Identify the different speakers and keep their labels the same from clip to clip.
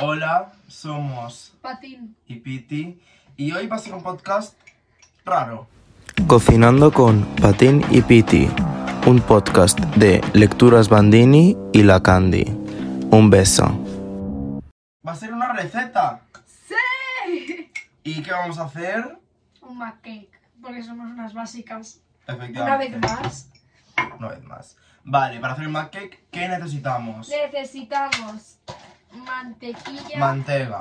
Speaker 1: Hola, somos
Speaker 2: Patín.
Speaker 1: y Piti y hoy va a ser un podcast raro.
Speaker 3: Cocinando con Patín y Piti, un podcast de Lecturas Bandini y La Candy. Un beso.
Speaker 1: Va a ser una receta.
Speaker 2: ¡Sí!
Speaker 1: ¿Y qué vamos a hacer?
Speaker 2: Un cake, porque somos unas básicas.
Speaker 1: Efectivamente.
Speaker 2: Una vez más,
Speaker 1: Una vez más. Vale, para hacer el mac cake, ¿qué necesitamos?
Speaker 2: necesitamos mantequilla,
Speaker 1: Manteca.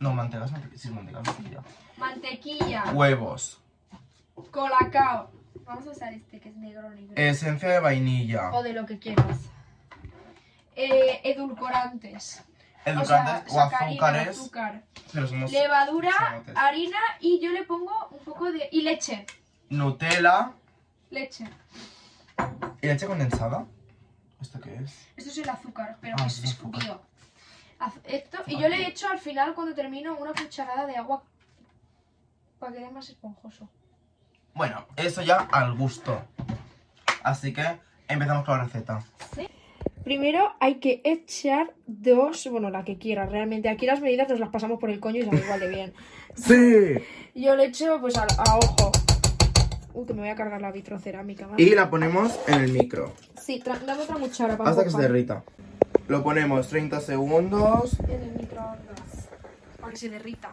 Speaker 1: No, manteca es manteca. Sí, manteca es mantequilla.
Speaker 2: mantequilla,
Speaker 1: Huevos.
Speaker 2: colacao. Vamos a usar este que es negro negro.
Speaker 1: Esencia de vainilla.
Speaker 2: O de lo que quieras. Eh, edulcorantes.
Speaker 1: Edulcorantes o,
Speaker 2: sea, sacarina,
Speaker 1: azúcares.
Speaker 2: azúcar.
Speaker 1: Pero somos
Speaker 2: Levadura,
Speaker 1: Sabotes.
Speaker 2: harina y yo le pongo un poco de... y leche.
Speaker 1: Nutella.
Speaker 2: Leche.
Speaker 1: ¿Y leche condensada? ¿Esto qué es?
Speaker 2: Esto es el azúcar, Ah, pero
Speaker 1: Ah,
Speaker 2: es
Speaker 1: es
Speaker 2: escupido. Az- Esto, y yo le echo al final, cuando termino, una cucharada de agua para que quede más esponjoso.
Speaker 1: Bueno, eso ya al gusto. Así que empezamos con la receta.
Speaker 4: Primero hay que echar dos, bueno, la que quieras, realmente. Aquí las medidas nos las pasamos por el coño y sale igual de bien.
Speaker 1: ¡Sí!
Speaker 4: Yo le echo, pues, a, a ojo. Uy, que me voy a cargar la vitrocerámica. ¿vale?
Speaker 1: Y la ponemos en el micro.
Speaker 4: Sí, tra- dame otra cuchara para
Speaker 1: Hasta que se derrita. Lo ponemos 30 segundos.
Speaker 4: En el microondas. Para que se derrita.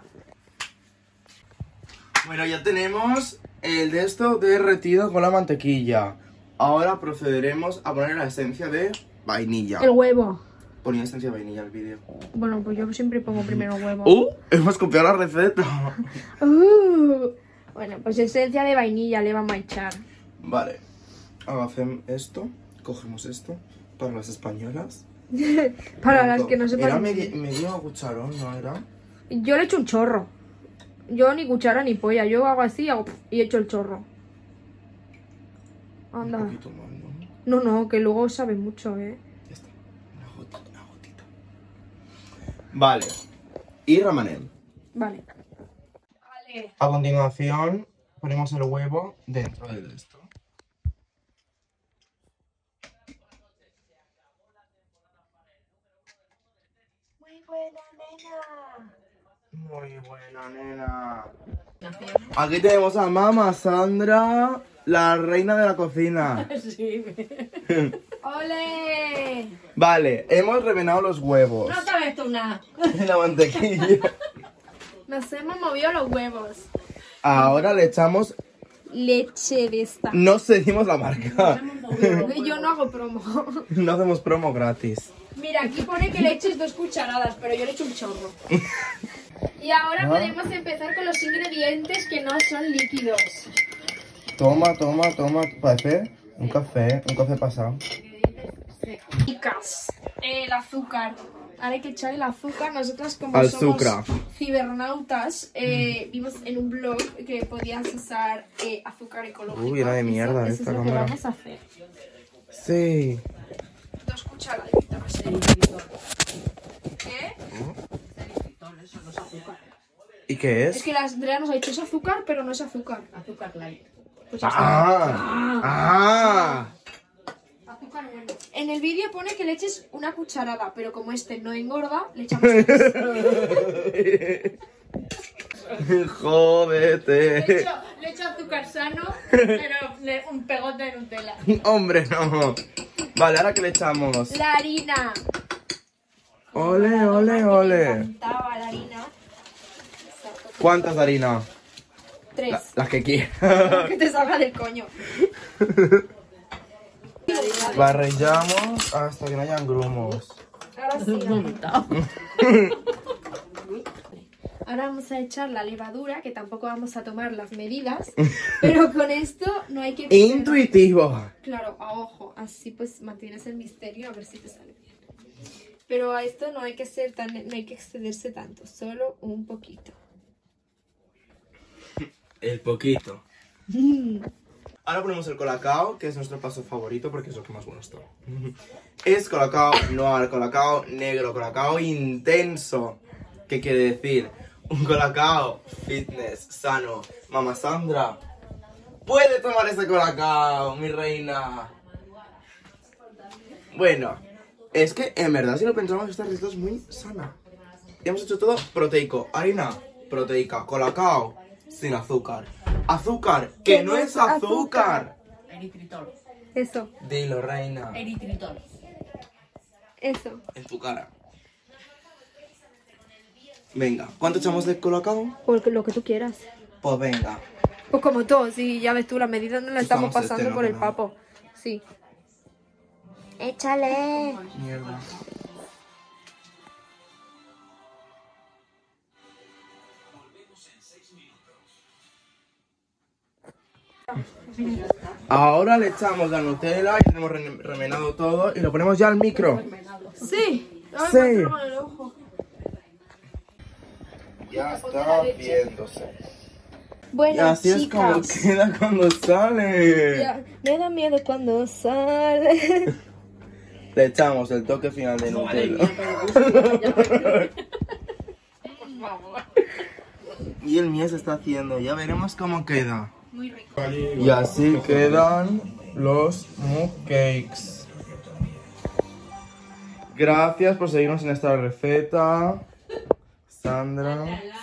Speaker 1: Bueno, ya tenemos el de esto derretido con la mantequilla. Ahora procederemos a poner la esencia de vainilla.
Speaker 4: El huevo.
Speaker 1: Ponía esencia de vainilla el vídeo.
Speaker 4: Bueno, pues yo siempre pongo primero huevo.
Speaker 1: ¡Uh! Hemos copiado la receta.
Speaker 4: Uh. Bueno, pues esencia de vainilla le vamos a echar.
Speaker 1: vale. Ahora hacemos esto. Cogemos esto. Para las españolas.
Speaker 4: Para
Speaker 1: Pronto.
Speaker 4: las que no
Speaker 1: Era
Speaker 4: sepan. Ah.
Speaker 1: medio, medio cucharón, ¿no era?
Speaker 4: Yo le echo un chorro. Yo ni cuchara ni polla. Yo hago así hago pf, y echo el chorro.
Speaker 1: Un
Speaker 4: Anda.
Speaker 1: poquito más, ¿no?
Speaker 4: No, no, que luego sabe mucho, ¿eh?
Speaker 1: Ya está. Una gotita, una gotita. Vale. Y ramanel.
Speaker 4: Vale.
Speaker 2: Vale.
Speaker 1: A continuación, ponemos el huevo dentro de esto.
Speaker 2: Muy buena, nena.
Speaker 1: Muy buena, nena. Aquí tenemos a mamá Sandra, la reina de la cocina.
Speaker 2: ¡Ole!
Speaker 1: Vale, hemos revenado los huevos
Speaker 2: sabes tú nada.
Speaker 1: y la mantequilla.
Speaker 4: Nos hemos movido los huevos.
Speaker 1: Ahora le echamos,
Speaker 4: Leche de esta.
Speaker 1: no cedimos la marca.
Speaker 4: Yo no hago promo.
Speaker 1: No hacemos promo gratis.
Speaker 4: Mira, aquí pone que le eches dos cucharadas, pero yo le echo un chorro.
Speaker 2: Y ahora podemos empezar con los ingredientes que no son líquidos.
Speaker 1: Toma, toma, toma. Parece un café, un café pasado.
Speaker 4: Chicas, el azúcar. Ahora hay que echar el azúcar. Nosotras como
Speaker 1: Azúcar.
Speaker 4: somos cibernautas, eh, vimos en un blog que podías usar eh, azúcar ecológico.
Speaker 1: Uy, era de mierda
Speaker 4: eso, eso
Speaker 1: esta
Speaker 4: es lo
Speaker 1: cámara.
Speaker 4: que vamos a hacer.
Speaker 1: Sí.
Speaker 4: Dos cucharaditas. eh. ¿Qué?
Speaker 1: ¿Y qué
Speaker 4: Es que la Andrea nos ha dicho es azúcar, pero no es azúcar. Azúcar light. Pues ya está.
Speaker 1: Ah, ah.
Speaker 4: Azúcar bueno. En el vídeo pone que le eches una cucharada, pero como este no engorda, le echamos tres.
Speaker 1: Jódete.
Speaker 2: Le echo azúcar sano, pero le- un pegote de Nutella.
Speaker 1: Hombre, no. Vale, ahora que le echamos.
Speaker 4: La harina.
Speaker 1: Ole, ole, ole.
Speaker 4: Taba la harina.
Speaker 1: ¿Cuántas de harina?
Speaker 4: Tres.
Speaker 1: La- las que quieras.
Speaker 4: que te salga del coño.
Speaker 1: Barrillamos hasta que no hayan grumos.
Speaker 4: Ahora sí. Ahora vamos a echar la levadura, que tampoco vamos a tomar las medidas, pero con esto no hay que...
Speaker 1: Intuitivo.
Speaker 4: Claro, a ojo, así pues mantienes el misterio a ver si te sale bien. Pero a esto no hay que ser tan, no hay que excederse tanto, solo un poquito.
Speaker 1: El poquito. Ahora ponemos el colacao, que es nuestro paso favorito porque es lo que más bueno está. Es colacao noir, colacao negro, colacao intenso. ¿Qué quiere decir? Un colacao fitness, sano. Mamá Sandra, puede tomar ese colacao, mi reina. Bueno, es que en verdad si lo pensamos esta receta es muy sana. Ya hemos hecho todo proteico. Harina proteica. Colacao sin azúcar. Azúcar que no es azúcar.
Speaker 5: Eritritol.
Speaker 4: Eso,
Speaker 1: Dilo, reina.
Speaker 5: Eritritol.
Speaker 4: eso.
Speaker 1: En tu cara. Venga, ¿cuánto echamos de colacao?
Speaker 4: O lo que tú quieras.
Speaker 1: Pues venga.
Speaker 4: Pues como todos, y ya ves tú, las medidas no las estamos
Speaker 1: Estamos de este
Speaker 4: pasando
Speaker 1: lado,
Speaker 4: por el
Speaker 1: ¿no?
Speaker 4: papo. Sí.
Speaker 1: Mierda. Ahora le echamos la Nutella y tenemos re- remenado todo y lo ponemos ya al micro.
Speaker 4: Sí.
Speaker 1: Sí. Ya está viéndose. Y
Speaker 4: Bueno,
Speaker 1: así es como
Speaker 4: chicas.
Speaker 1: queda cuando sale.
Speaker 4: Ya, Me da miedo cuando sale.
Speaker 1: Le echamos el toque final de Nutella. Y el mío se está haciendo, ya veremos cómo queda. Y así quedan los cakes. Gracias por seguirnos en esta receta, Sandra.